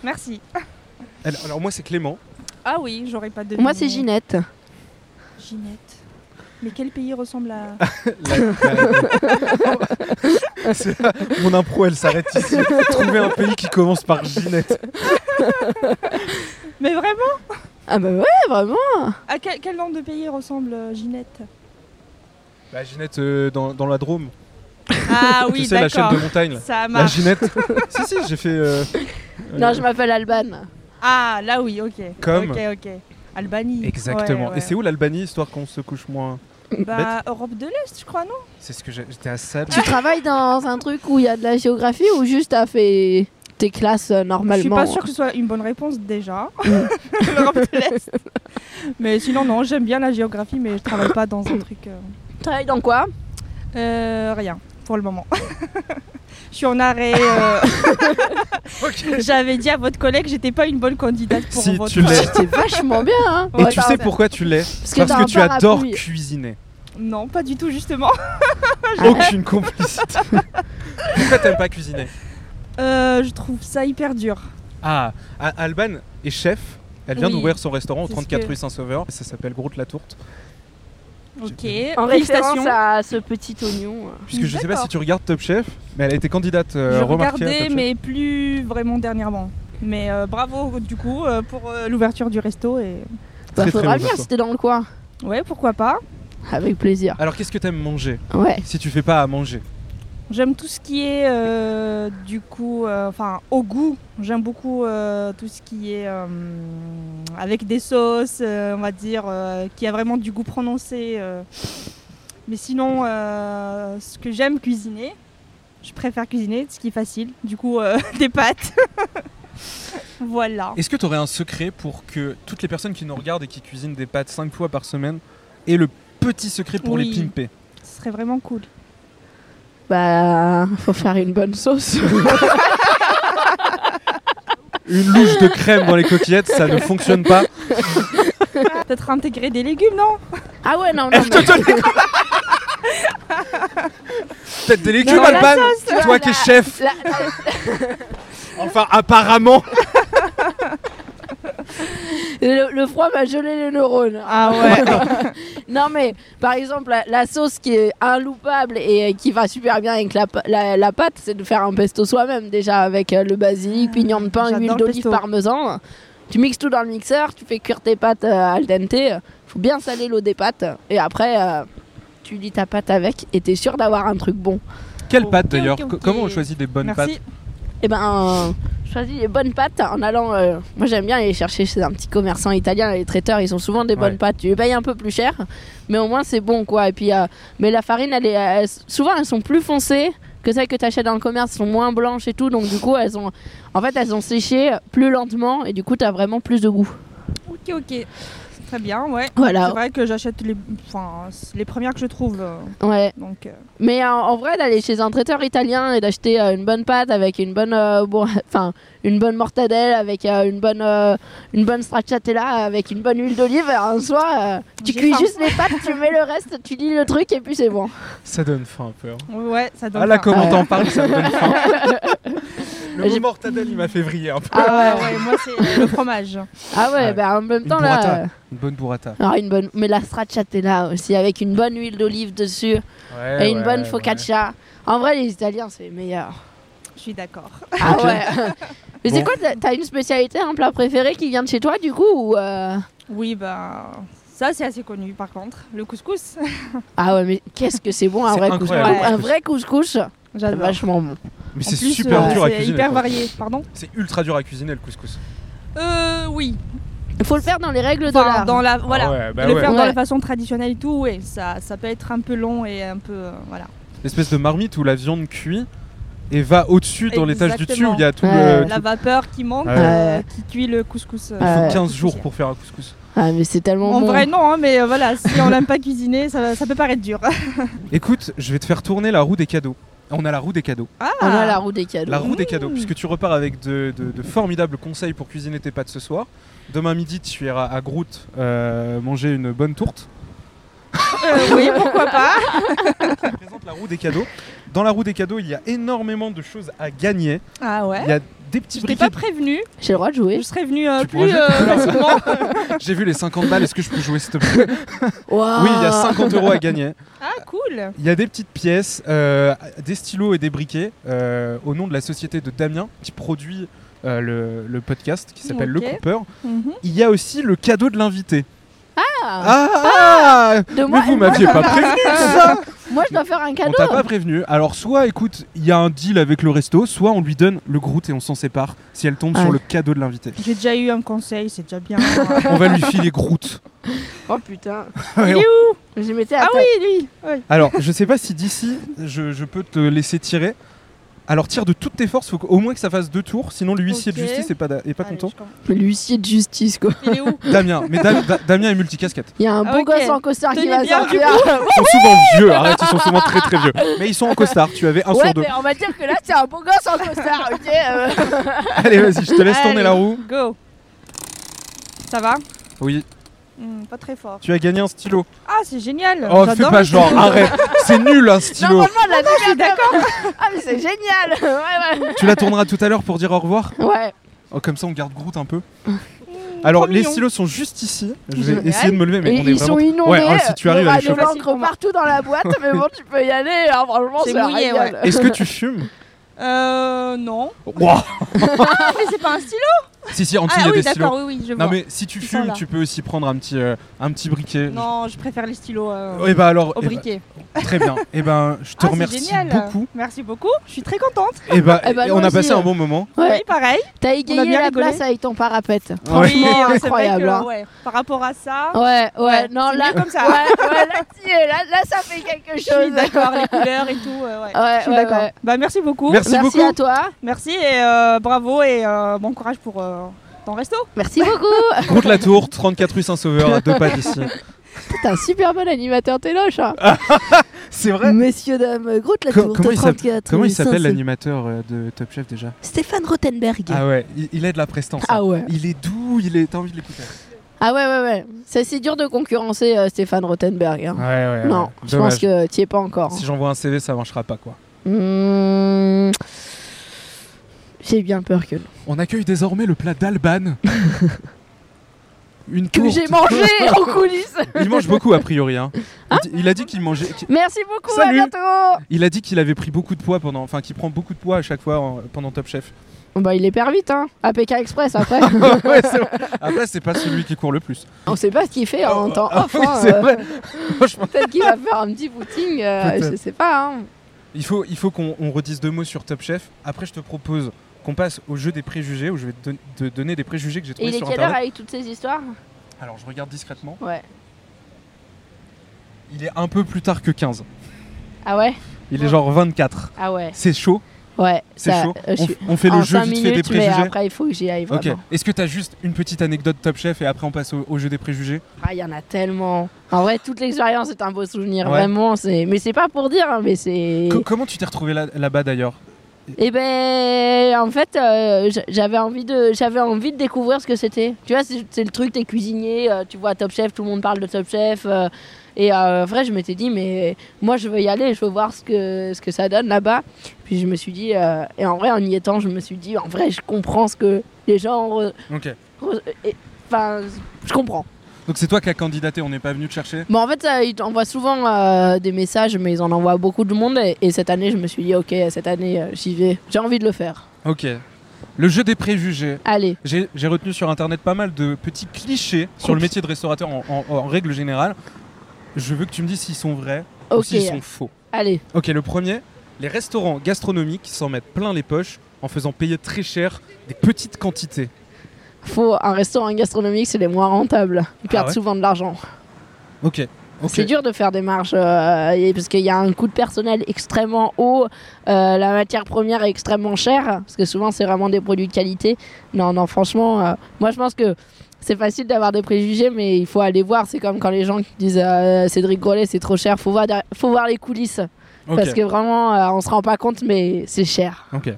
D: Merci.
B: Elle- Alors moi, c'est Clément.
D: Ah oui, j'aurais pas de.
A: Moi, c'est Ginette.
D: Ginette. Mais quel pays ressemble à.
B: La- la- C'est- Mon impro, elle s'arrête ici. Trouver un pays qui commence par Ginette.
D: Mais vraiment
A: Ah, bah ouais, vraiment.
D: À quel, quel nom de pays ressemble euh, Ginette
B: Bah, Ginette euh, dans, dans la Drôme.
D: Ah
B: tu
D: oui,
B: sais, la chaîne
D: d'accord.
B: de montagne. là.
D: Ça
B: La
D: marche.
B: Ginette. si, si, j'ai fait. euh, euh,
A: Non, je m'appelle Alban.
D: Ah là oui, ok.
B: Comme.
D: Ok, ok. Albanie.
B: Exactement.
D: Ouais, ouais.
B: Et c'est où l'Albanie, histoire qu'on se couche moins
D: Bah, Europe de l'Est, je crois, non
B: C'est ce que j'ai- j'étais à Sal.
A: Tu travailles dans un truc où il y a de la géographie ou juste t'as fait tes classes euh,
D: Je suis
A: normalement
D: pas sûre que ce soit une bonne réponse déjà.
A: Mm.
D: L'Europe de l'Est. mais sinon, non, j'aime bien la géographie, mais je travaille pas dans un truc. euh,
A: Tu travailles dans quoi
D: euh, rien, pour le moment. je suis en arrêt. euh, J'avais dit à votre collègue que j'étais pas une bonne candidate pour
B: Si,
D: votre.
B: tu l'es.
A: C'est vachement bien. Hein
B: Et
D: Ouais,
B: tu
D: t'as-
B: sais pourquoi tu l'es
A: Parce que,
B: Parce
A: t'as
B: que
A: un
B: tu
A: parapluie.
B: adores cuisiner.
D: Non, pas du tout, justement. Ah,
B: Aucune complicité. Pourquoi t'aimes pas cuisiner
D: Euh, je trouve ça hyper dur.
B: Ah, A- Alban est chef. Elle vient
D: Oui.
B: d'ouvrir son restaurant au
D: C'est ce
B: 34
D: que-
B: rue Saint-Sauveur. Ça s'appelle Grotte la Tourte.
D: Ok.
A: En
D: Félicitations.
A: référence à ce petit oignon. euh.
B: Puisque je sais pas
D: D'accord.
B: si tu regardes Top Chef, mais elle a été candidate euh,
D: je
B: remarquée à
D: regardais,
B: Top Chef.
D: mais plus vraiment dernièrement. Mais euh, bravo du coup euh, pour euh, l'ouverture du resto et
A: Bah,
B: Très, très
A: faudra
B: bon
A: venir
B: resto.
A: si t'es dans le coin.
D: ouais pourquoi pas.
A: Avec plaisir.
B: Alors qu'est-ce que t'aimes manger
A: Ouais.
B: si tu fais pas à manger
D: J'aime tout ce qui est euh, du coup euh, enfin au goût. J'aime beaucoup euh, tout ce qui est euh, avec des sauces, euh, on va dire, euh, qui a vraiment du goût prononcé. euh. Mais sinon, euh, ce que j'aime cuisiner, je préfère cuisiner ce qui est facile. Du coup, euh, des pâtes. voilà.
B: Est-ce que tu aurais un secret pour que toutes les personnes qui nous regardent et qui cuisinent des pâtes 5 fois par semaine aient le petit secret pour
D: Oui.
B: les pimper
D: Ce serait vraiment cool.
A: Bah, faut faire une bonne sauce.
B: Une louche de crème dans les coquillettes, ça ne fonctionne pas.
D: Peut-être intégrer des légumes, non
A: ah ouais, non, non. mais-
B: Peut-être des légumes,
A: Non, la
B: Alban
A: sauce,
B: Toi
A: la-
B: qui es chef
A: La- la-
B: Enfin, apparemment
A: le, le froid m'a gelé les neurones.
D: Ah ouais.
A: Non mais par exemple la, la sauce qui est inloupable et euh, qui va super bien avec la, pa- la- la pâte, c'est de faire un pesto soi-même déjà avec euh, le basilic, pignon de pain,
D: Ah, j'adore
A: huile
D: le
A: d'olive,
D: pesto.
A: parmesan. Tu mixes tout dans le mixeur, tu fais cuire tes pâtes euh, al dente, faut bien saler l'eau des pâtes et après euh, tu lis ta pâte avec et t'es sûr d'avoir un truc bon.
B: Quelle
D: Ok,
B: pâte
D: ok,
B: d'ailleurs
D: ok.
B: Co- Comment on choisit des bonnes
D: Merci.
A: Et ben euh, choisis les bonnes pâtes en allant. euh, moi j'aime bien aller chercher chez un petit commerçant italien, les traiteurs ils ont souvent des
B: Ouais.
A: bonnes pâtes. Tu les payes un peu plus cher, mais au moins c'est bon quoi. Et puis euh, mais la farine elle est elle- souvent elles sont plus foncées que celles que tu achètes dans le commerce, elles sont moins blanches et tout. Donc du coup elles ont en fait elles ont séché plus lentement et du coup t'as vraiment plus de goût.
D: Ok, ok. Très bien, ouais. C'est
A: Voilà.
D: vrai que j'achète les, enfin, c'est les premières que je trouve. euh,
A: Ouais.
D: donc, euh,
A: Mais en, en vrai, d'aller chez un traiteur italien et d'acheter euh, une bonne pâte avec une bonne, euh, bour- enfin une bonne mortadelle, avec euh, une bonne, euh, une bonne stracciatella, avec une bonne huile d'olive, en soi, euh, tu
D: J'ai
A: cuis
D: faim.
A: juste les pâtes, tu mets le reste, tu lis le truc et puis c'est bon.
B: pâtes Ça donne faim un peu. hein.
D: ouais, ça donne.
B: Ah là,
D: faim.
B: comment
A: Ouais.
B: t'en parles, ça me donne faim. Le
A: J'ai-
B: mot mortadelle, il m'a fait vriller un peu.
D: Ah ouais, ouais, moi c'est le fromage.
A: Ah ouais,
B: Ah ouais.
A: bah, en même
B: Une
A: temps
B: burrata.
A: là, euh,
B: Une bonne burrata.
A: alors une bonne, mais la stracciatella aussi avec une bonne huile d'olive dessus et une bonne focaccia. En vrai, les Italiens c'est les meilleurs.
D: Je suis d'accord.
A: Ah ouais. Mais c'est
B: Bon.
A: quoi, t'as- t'as une spécialité, un plat préféré qui vient de chez toi du coup ou euh,
D: Oui, bah ça c'est assez connu par contre. Le couscous,
A: Ah ouais, mais qu'est-ce que c'est bon un
B: C'est
A: vrai couscous.
B: incroyable,
D: le
A: Un vrai couscous, c'est
D: j'adore.
A: vachement bon.
B: Mais
D: En
B: c'est
D: plus,
B: super
D: euh,
B: dur à
D: C'est
B: cuisiner.
D: hyper
B: quoi.
D: varié, pardon.
B: C'est ultra dur à cuisiner le couscous.
D: Euh, oui.
A: Il faut le faire dans les règles de
D: Enfin,
A: l'art.
D: dans la, voilà.
B: Ah ouais, bah
D: le
B: ouais.
D: faire dans
A: Ouais.
D: la façon traditionnelle et tout, ouais, ça, ça peut être un peu long et un peu, euh, voilà.
B: L'espèce de marmite où la viande cuit et va au-dessus dans l'étage du dessus où il y a tout
A: Ouais.
B: le.
D: La vapeur qui monte,
B: Euh, Ah Ouais.
D: euh, qui cuit le couscous. euh,
B: Il
A: Ouais.
B: faut 15 jours
D: couscoussière.
B: pour faire un couscous.
A: Ah mais c'est tellement
D: En
A: bon.
D: vrai, non, hein, mais euh, voilà, si on l'aime pas cuisiner, ça, ça peut paraître dur.
B: Écoute, je vais te faire tourner la roue des cadeaux. On a la roue des cadeaux.
D: Ah,
A: On a la roue des cadeaux.
B: La roue des cadeaux,
D: Mmh.
B: puisque tu repars avec de, de- de formidables conseils pour cuisiner tes pâtes ce soir. Demain midi, tu iras à Groot euh, manger une bonne tourte.
D: euh, oui, pourquoi pas.
B: Je te présente la roue des cadeaux. Dans la roue des cadeaux, il y a énormément de choses à gagner.
D: Ah ouais.
B: Il y a des petits
D: Je t'ai
B: briquets.
D: pas prévenu,
A: J'ai le droit de
D: je
A: jouer.
D: serais venu euh,
B: Tu pourras
D: plus euh, facilement.
B: J'ai vu les 50 balles, est-ce que je peux jouer s'il te plaît
A: Waouh.
B: Oui, il y a 50 euros à gagner.
D: ah cool.
B: Il y a des petites pièces, euh, des stylos et des briquets euh, au nom de la société de Damien qui produit euh, le, le podcast qui s'appelle
D: Ok.
B: Le Cooper.
D: Mhm.
B: Il y a aussi le cadeau de l'invité.
A: Ah,
B: Ah,
A: de
B: Mais
A: moi,
B: vous
A: moi,
B: m'aviez
A: je dois
B: pas
A: faire-
B: prévenu ça
A: Moi, je dois faire un
D: Ah,
B: On
A: cadeau.
B: t'a pas prévenu. Alors soit écoute, il y a un deal avec le resto, soit on lui donne le Groot et on s'en sépare si elle tombe
A: Ouais.
B: sur le cadeau de l'invité.
D: J'ai déjà eu un conseil, c'est déjà bien.
B: on va lui filer Groot.
A: Oh putain.
B: Ah
D: Il est où
A: J'ai mettais à
D: Ah
A: ta-
D: oui, lui oui.
B: Alors, je sais pas si d'ici, je, je peux te laisser tirer. Alors, tire de toutes tes forces, faut au moins que ça fasse deux tours, sinon l'huissier
D: Ok.
B: de justice est pas, da- est pas
D: Allez,
B: content.
D: je comprends.
A: L'huissier de justice, quoi.
D: Il est où
B: Damien, mais Dam- Da- Damien est multicasquette.
A: Il y a un
D: Ah,
A: beau
D: ok.
A: gosse en costard qui
D: Tenez
A: va
D: bien,
A: sortir.
B: Ils sont souvent vieux, arrête, ils sont souvent très très vieux. Mais ils sont en costard, tu avais un
A: ouais,
B: sur deux.
A: mais on va dire que là, c'est un beau gosse en costard, ok euh.
B: Allez, vas-y, je te laisse tourner
D: Allez,
B: la roue.
D: Go Ça va
B: Oui,
D: Hmm, Pas très fort.
B: tu as gagné un stylo.
D: Ah, c'est génial
B: Oh,
D: J'adore
B: fais pas
D: les
B: genre,
D: stylos.
B: arrête, c'est nul un stylo.
A: Normalement, la
D: Je suis d'accord
A: Ah, mais c'est génial Ouais,
B: Tu la tourneras tout à l'heure pour dire au revoir.
A: ouais. Ouais.
B: Oh, comme ça, on garde Groot un peu. Alors,
D: Mmh, trop
B: les
D: mignon.
B: stylos sont juste ici. Je
A: Génial.
B: vais essayer de me lever, mais
A: Et
B: on est
A: ils sont
B: vraiment.
A: inondés.
B: Ouais, ouais, si tu arrives
A: il y
B: à
A: aura
B: les
A: de
B: choper.
A: l'encre partout dans la boîte, mais bon, tu peux y aller. hein, franchement,
D: C'est
A: c'est un
D: mouillé,
A: régal.
B: Est-ce que tu fumes
D: Euh, non.
B: Wouah
D: Ah, mais c'est pas un stylo
B: Si, si, en dessous, il
D: Ah
B: y a
D: oui,
B: des stylos.
D: d'accord, oui, oui, je vois.
B: Non mais si tu
D: Ils sont
B: fumes,
D: là.
B: tu peux aussi prendre un petit, euh, un petit briquet.
D: Non, je préfère les stylos euh,
B: Et bah alors,
D: au
B: eh ben,
D: briquet.
B: très bien. Et ben, je te
D: Ah, c'est
B: remercie
D: génial.
B: beaucoup.
D: Merci beaucoup, je suis très contente.
B: Et ben,
A: Eh ben,
B: et
A: nous
B: on a
A: aussi,
B: passé
A: euh.
B: un bon moment.
A: Ouais.
D: Oui, pareil.
A: T'as
D: On a
A: égayé
D: bien
A: la
D: rigolé.
A: place avec ton parapète.
D: Oui,
A: Franchement,
D: euh, c'est vrai
A: incroyable,
D: que,
A: hein. Oh,
D: ouais, par rapport à ça,
A: Ouais, ouais,
D: Ouais,
A: non,
D: c'est
A: là,
D: mieux comme ça.
A: Ouais, ouais, là, tu es, là, là, ça fait quelque
D: je suis
A: chose.
D: d'accord, les couleurs et tout. euh, ouais.
A: Ouais,
D: je suis
A: ouais,
D: d'accord.
A: ouais.
D: Bah, merci beaucoup.
B: Merci beaucoup.
A: à toi.
D: Merci et euh, bravo et euh, bon courage pour euh, ton resto.
A: Merci beaucoup.
B: Route la tour, 34 rue Saint-Sauveur, à deux pas d'ici.
A: T'es un super bon animateur, t'es loche. Hein.
B: C'est vrai
A: Messieurs, dames, Groot, la
B: Com-
A: tour
B: Ah comment
A: de
B: il s'appelle-
A: 34.
B: Comment il
A: ça,
B: s'appelle
A: c'est
B: l'animateur euh, de Top Chef déjà
A: Stéphane Rothenberg.
B: Ah ouais, il, il a de la prestance. hein.
A: Ah ouais.
B: Il est doux, il est. T'as envie de l'écouter
A: Ah ouais, ouais, ouais. Ça, c'est dur de concurrencer euh, Stéphane Rothenberg. hein.
B: Ouais, ouais.
A: non, je pense que t'y es pas encore. hein.
B: Si j'envoie un CV, ça marchera pas quoi.
A: Mmh. J'ai bien peur que.
B: On accueille désormais le plat d'Alban. Une
A: Que
B: tourte.
A: j'ai mangé en coulisses.
B: Il mange beaucoup a priori. hein. Il dit- il a dit qu'il mangeait. qu'il-
A: Merci beaucoup,
B: Salut.
A: à bientôt.
B: Il a dit qu'il avait pris beaucoup de poids pendant, enfin qu'il prend beaucoup de poids à chaque fois en- pendant Top Chef.
A: Bah, il est perd vite, hein. APK Express après.
B: ouais, c'est vrai. Après, c'est pas celui qui court le plus.
A: On sait pas ce qu'il fait en temps off.
B: Oui,
A: hein,
B: c'est
A: euh,
B: vrai. Franchement,
A: Peut-être qu'il va faire un petit booting, euh,
B: Peut-être.
A: je sais pas. hein.
B: il faut, il faut qu'on on redise deux mots sur Top Chef. Après, je te propose qu'on passe au jeu des préjugés où je vais te, don- te donner des préjugés que j'ai
A: Et
B: trouvés
A: il est
B: sur
A: quelle heure avec
B: internet.
A: toutes ces histoires
B: Alors, je regarde discrètement.
A: Ouais.
B: Il est un peu plus tard que 15.
A: Ah ouais
B: Il est genre 24.
A: Ah ouais.
B: C'est chaud,
A: Ouais.
B: c'est
A: ça,
B: chaud.
A: euh, je
B: On,
A: suis-
B: on fait le
A: en
B: jeu
A: cinq
B: vite fait des
A: minutes, mais
B: préjugés.
A: après, il faut que j'y aille
B: Ok.
A: vraiment.
B: Est-ce que t'as juste une petite anecdote Top Chef et après on passe au, au jeu des préjugés
A: Ah, il y en a tellement. En vrai, toute l'expérience est un beau souvenir,
B: Ouais.
A: vraiment. C'est... Mais c'est pas pour dire, hein, mais c'est.
B: Co- Comment tu t'es retrouvé là- là-bas d'ailleurs
A: Et Eh ben, en fait, euh, j- j'avais envie de, j'avais envie de découvrir ce que c'était. Tu vois, c'est, c'est le truc, t'es cuisinier, euh, tu vois Top Chef, tout le monde parle de Top Chef. euh, et euh, en vrai, je m'étais dit, mais moi, je veux y aller, je veux voir ce que, ce que ça donne là-bas. Puis je me suis dit, euh, et en vrai, en y étant, je me suis dit, en vrai, je comprends ce que les gens, re-
B: Ok.
A: re- et- enfin, je comprends.
B: Donc c'est toi qui as candidaté, on n'est pas venu te chercher.
A: Bon, en fait, ça, ils envoient souvent euh, des messages, mais ils en envoient à beaucoup de monde. Et, et cette année, je me suis dit, ok, cette année, euh, j'y vais. J'ai envie de le faire.
B: Ok. Le jeu des préjugés.
A: Allez.
B: J'ai j'ai retenu sur internet pas mal de petits clichés sur le métier de restaurateur en, en- en règle générale. Je veux que tu me dises s'ils sont vrais ou
A: Ok.
B: s'ils sont faux.
A: Allez.
B: Ok, le premier, les restaurants gastronomiques s'en mettent plein les poches en faisant payer très cher des petites quantités.
A: Faut un restaurant gastronomique, c'est les moins rentables. Ils
B: Ah
A: perdent
B: ouais
A: souvent de l'argent.
B: Ok. Ok.
A: C'est dur de faire des marges euh, et- parce qu'il y a un coût de personnel extrêmement haut, euh, la matière première est extrêmement chère parce que souvent c'est vraiment des produits de qualité. Non, non, franchement, euh, moi je pense que c'est facile d'avoir des préjugés, mais il faut aller voir. C'est comme quand les gens qui disent euh, Cédric Grolet c'est trop cher, faut voir, derrière- faut voir les coulisses
B: Ok.
A: parce que vraiment euh, on se rend pas compte, mais c'est cher.
B: Ok.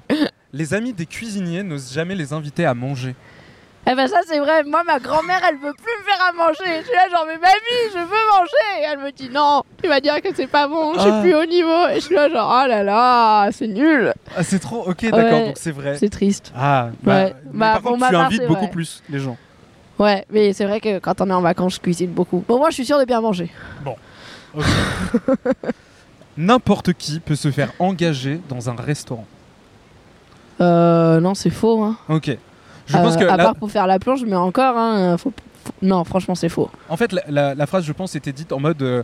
B: les amis des cuisiniers n'osent jamais les inviter à manger.
A: Eh ben ça c'est vrai, moi ma grand-mère elle veut plus me faire à manger. Je suis là genre mais mamie je veux manger et elle me dit non, tu vas dire que c'est pas bon, je
B: Ah.
A: suis plus au niveau et je suis là genre oh là là c'est nul,
B: Ah, c'est trop. Ok, d'accord,
A: Ouais.
B: donc c'est vrai.
A: c'est triste.
B: Ah, bah,
A: Ouais.
B: mais
A: Bah,
B: par
A: pour
B: contre,
A: ma
B: tu
A: part,
B: invites
A: c'est
B: beaucoup
A: vrai.
B: plus les gens.
A: Ouais mais c'est vrai que quand on est en vacances je cuisine beaucoup. Bon moi je suis sûre de bien manger.
B: N'importe qui peut se faire engager dans un restaurant.
A: Euh non c'est faux Euh, hein.
B: Ok. Je
A: Euh,
B: pense que
A: à
B: là-
A: Ah part pour faire la plonge mais encore hein faut, faut- Non, franchement, c'est faux.
B: En fait, la, la- la phrase, je pense, était dite en mode euh,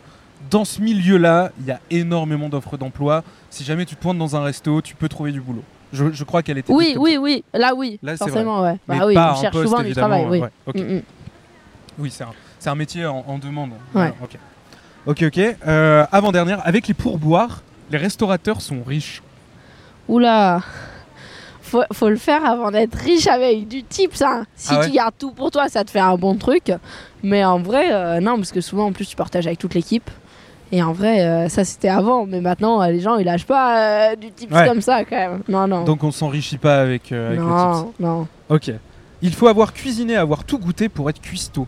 B: dans ce milieu-là, il y a énormément d'offres d'emploi. Si jamais tu te pointes dans un resto, tu peux trouver du boulot. Je, je crois qu'elle était. dite
A: Oui,
B: comme
A: oui, oui. Là, oui.
B: Là, c'est
A: forcément, ouais.
B: ça.
A: Bah
B: Mais
A: oui, on
B: pas un
A: cherche
B: poste,
A: souvent du
B: évidemment,
A: travail. Oui.
B: ouais, ok.
A: Mm, mm.
B: Oui, c'est un, c'est un métier en, en demande.
A: Ouais.
B: Ah, Ok, ok. ok. Euh, Avant-dernière, avec les pourboires, les restaurateurs sont riches.
A: Oula. Faut, faut le faire avant d'être riche avec du type, ça. Si
B: Ah ouais
A: tu gardes tout pour toi, ça te fait un bon truc. Mais en vrai, euh, non, parce que souvent, en plus, tu partages avec toute l'équipe. Et en vrai, euh, ça c'était avant, mais maintenant euh, les gens ils lâchent pas euh, du type
B: Ouais.
A: comme ça quand même. Non, non.
B: Donc on s'enrichit pas avec, euh, avec le tips.
A: Oh. non, non.
B: Ok. Il faut avoir cuisiné, avoir tout goûté pour être cuistot.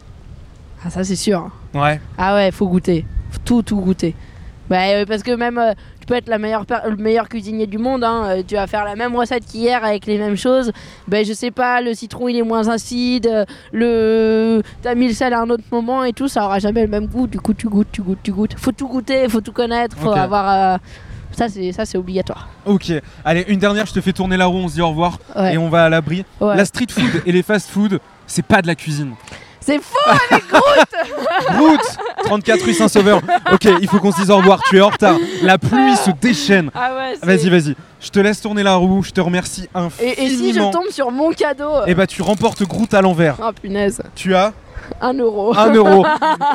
A: Ah, ça c'est sûr.
B: Ouais.
A: Ah ouais, faut goûter. Faut tout, tout goûter. Bah, euh, parce que même, euh, tu peux être la meilleure per- le meilleur cuisinier du monde. hein, euh, tu vas faire la même recette qu'hier avec les mêmes choses. Ben, je sais pas, le citron il est moins acide. euh, le... T'as mis le sel à un autre moment et tout, ça aura jamais le même goût. Du coup, tu goûtes, tu goûtes, tu goûtes. Faut tout goûter, faut tout connaître. Faut
B: Ok.
A: avoir. euh, Ça, c'est ça c'est obligatoire.
B: Ok. Allez, une dernière, je te fais tourner la roue, on se dit au revoir
A: Ouais.
B: et on va à l'abri.
A: Ouais.
B: La street food et les fast food, c'est pas de la cuisine.
A: C'est faux!
B: Route 34 rue Saint-Sauveur. Ok, il faut qu'on se dise au revoir, tu es en retard. La pluie se déchaîne.
A: Ah ouais,
B: Vas-y, vas-y. Je te laisse tourner la roue, je te remercie infiniment.
A: Et, et si je tombe sur mon cadeau?
B: Eh bah tu remportes Groot à l'envers.
A: Ah punaise,
B: Tu as
A: un euro.
B: 1 euro.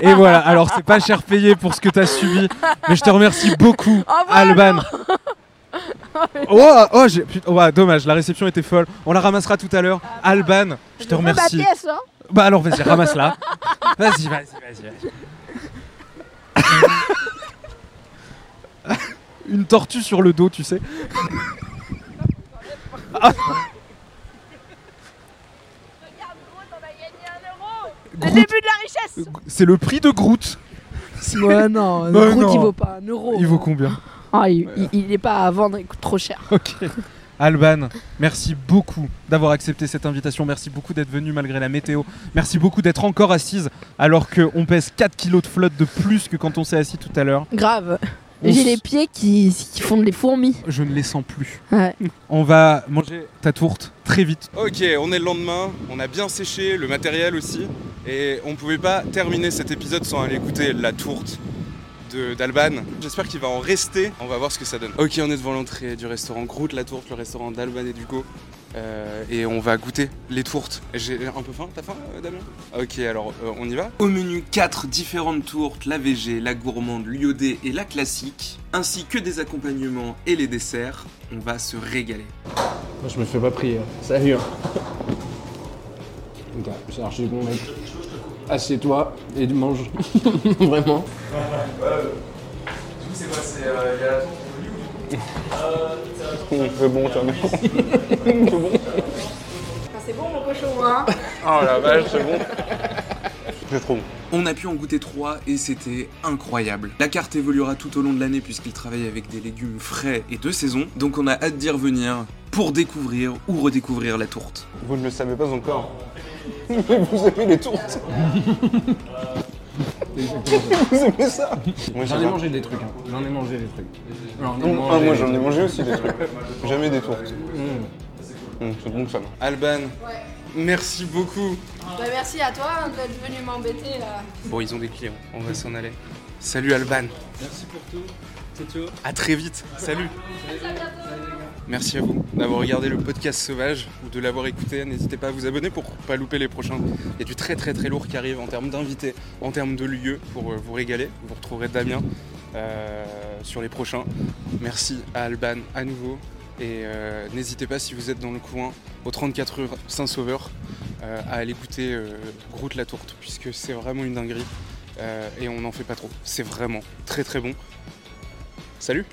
B: Et voilà, alors c'est pas cher payé pour ce que t'as subi, mais je te remercie beaucoup,
A: Au revoir,
B: Alban. Oh, oh, j'ai- put- ouais, dommage, la réception était folle. On la ramassera tout à l'heure. Alban, je te
A: veux ma
B: remercie.
A: pièce, hein.
B: Bah alors vas-y, ramasse-la. Vas-y, vas-y, vas-y. vas-y. Une tortue sur le dos, tu sais. Ah.
A: Le
B: Groot,
A: début de la richesse!
B: c'est le prix de Groot. C'est-
A: Ouais, non,
B: Bah,
A: Groot,
B: non.
A: il vaut pas un euro.
B: Il vaut combien
A: Ah, il, il- il est pas à vendre, il coûte trop cher.
B: Ok. Alban, merci beaucoup d'avoir accepté cette invitation. Merci beaucoup d'être venu malgré la météo. Merci beaucoup d'être encore assise alors qu'on pèse 4 kilos de flotte de plus que quand on s'est assis tout à l'heure.
A: Grave.
B: On
A: J'ai
B: s-
A: les pieds qui, qui font les fourmis.
B: Je ne les sens plus.
A: Ouais.
B: On va manger ta tourte très vite.
E: Ok, on est le lendemain, on a bien séché le matériel aussi, et on pouvait pas terminer cet épisode sans aller goûter la tourte de- d'Alban. J'espère qu'il va en rester, on va voir ce que ça donne. Ok, on est devant l'entrée du restaurant Groot, la tourte, le restaurant d'Alban et Dugo, euh, et on va goûter les tourtes. J'ai un peu faim, t'as faim euh, Damien Ok, alors euh, on y va Au menu, 4 différentes tourtes, la VG, la gourmande, l'iodée et la classique, ainsi que des accompagnements et les desserts. On va se régaler.
F: Moi, je me fais pas prier. Salut. hein. Ok, c'est archi bon, mec. Assieds-toi et mange. Vraiment.
E: Oh On a pu en goûter trois et c'était incroyable. La carte évoluera tout au long de l'année puisqu'il travaille avec des légumes frais et de saison, donc on a hâte d'y revenir pour découvrir ou redécouvrir la tourte.
G: Vous ne le savez pas encore. Mais vous aimez les tourtes. vous aimez ça Moi
F: J'en ai mangé des trucs. hein. J'en ai mangé des trucs. J'en ai
G: Ah,
F: mangé
G: moi
F: des
G: j'en ai
F: trucs.
G: mangé aussi des trucs. Jamais des tourtes.
F: Mm.
G: Mmh, c'est bon ça.
E: Alban, merci beaucoup.
A: Bah, merci à toi d'être venu m'embêter là.
E: Bon, ils ont des clients, on va s'en aller. Salut Alban. Merci pour tout. À très vite. Salut. Merci à vous d'avoir regardé le podcast sauvage ou de l'avoir écouté. N'hésitez pas à vous abonner pour pas louper les prochains. Il y a du très très très lourd qui arrive en termes d'invités, en termes de lieux pour euh, vous régaler. Vous retrouverez Damien euh, sur les prochains. Merci à Alban à nouveau. Et euh, n'hésitez pas si vous êtes dans le coin au 34 rue Saint-Sauveur euh, à aller goûter euh, Groot la tourte puisque c'est vraiment une dinguerie euh, et on n'en fait pas trop. C'est vraiment très très bon. Salut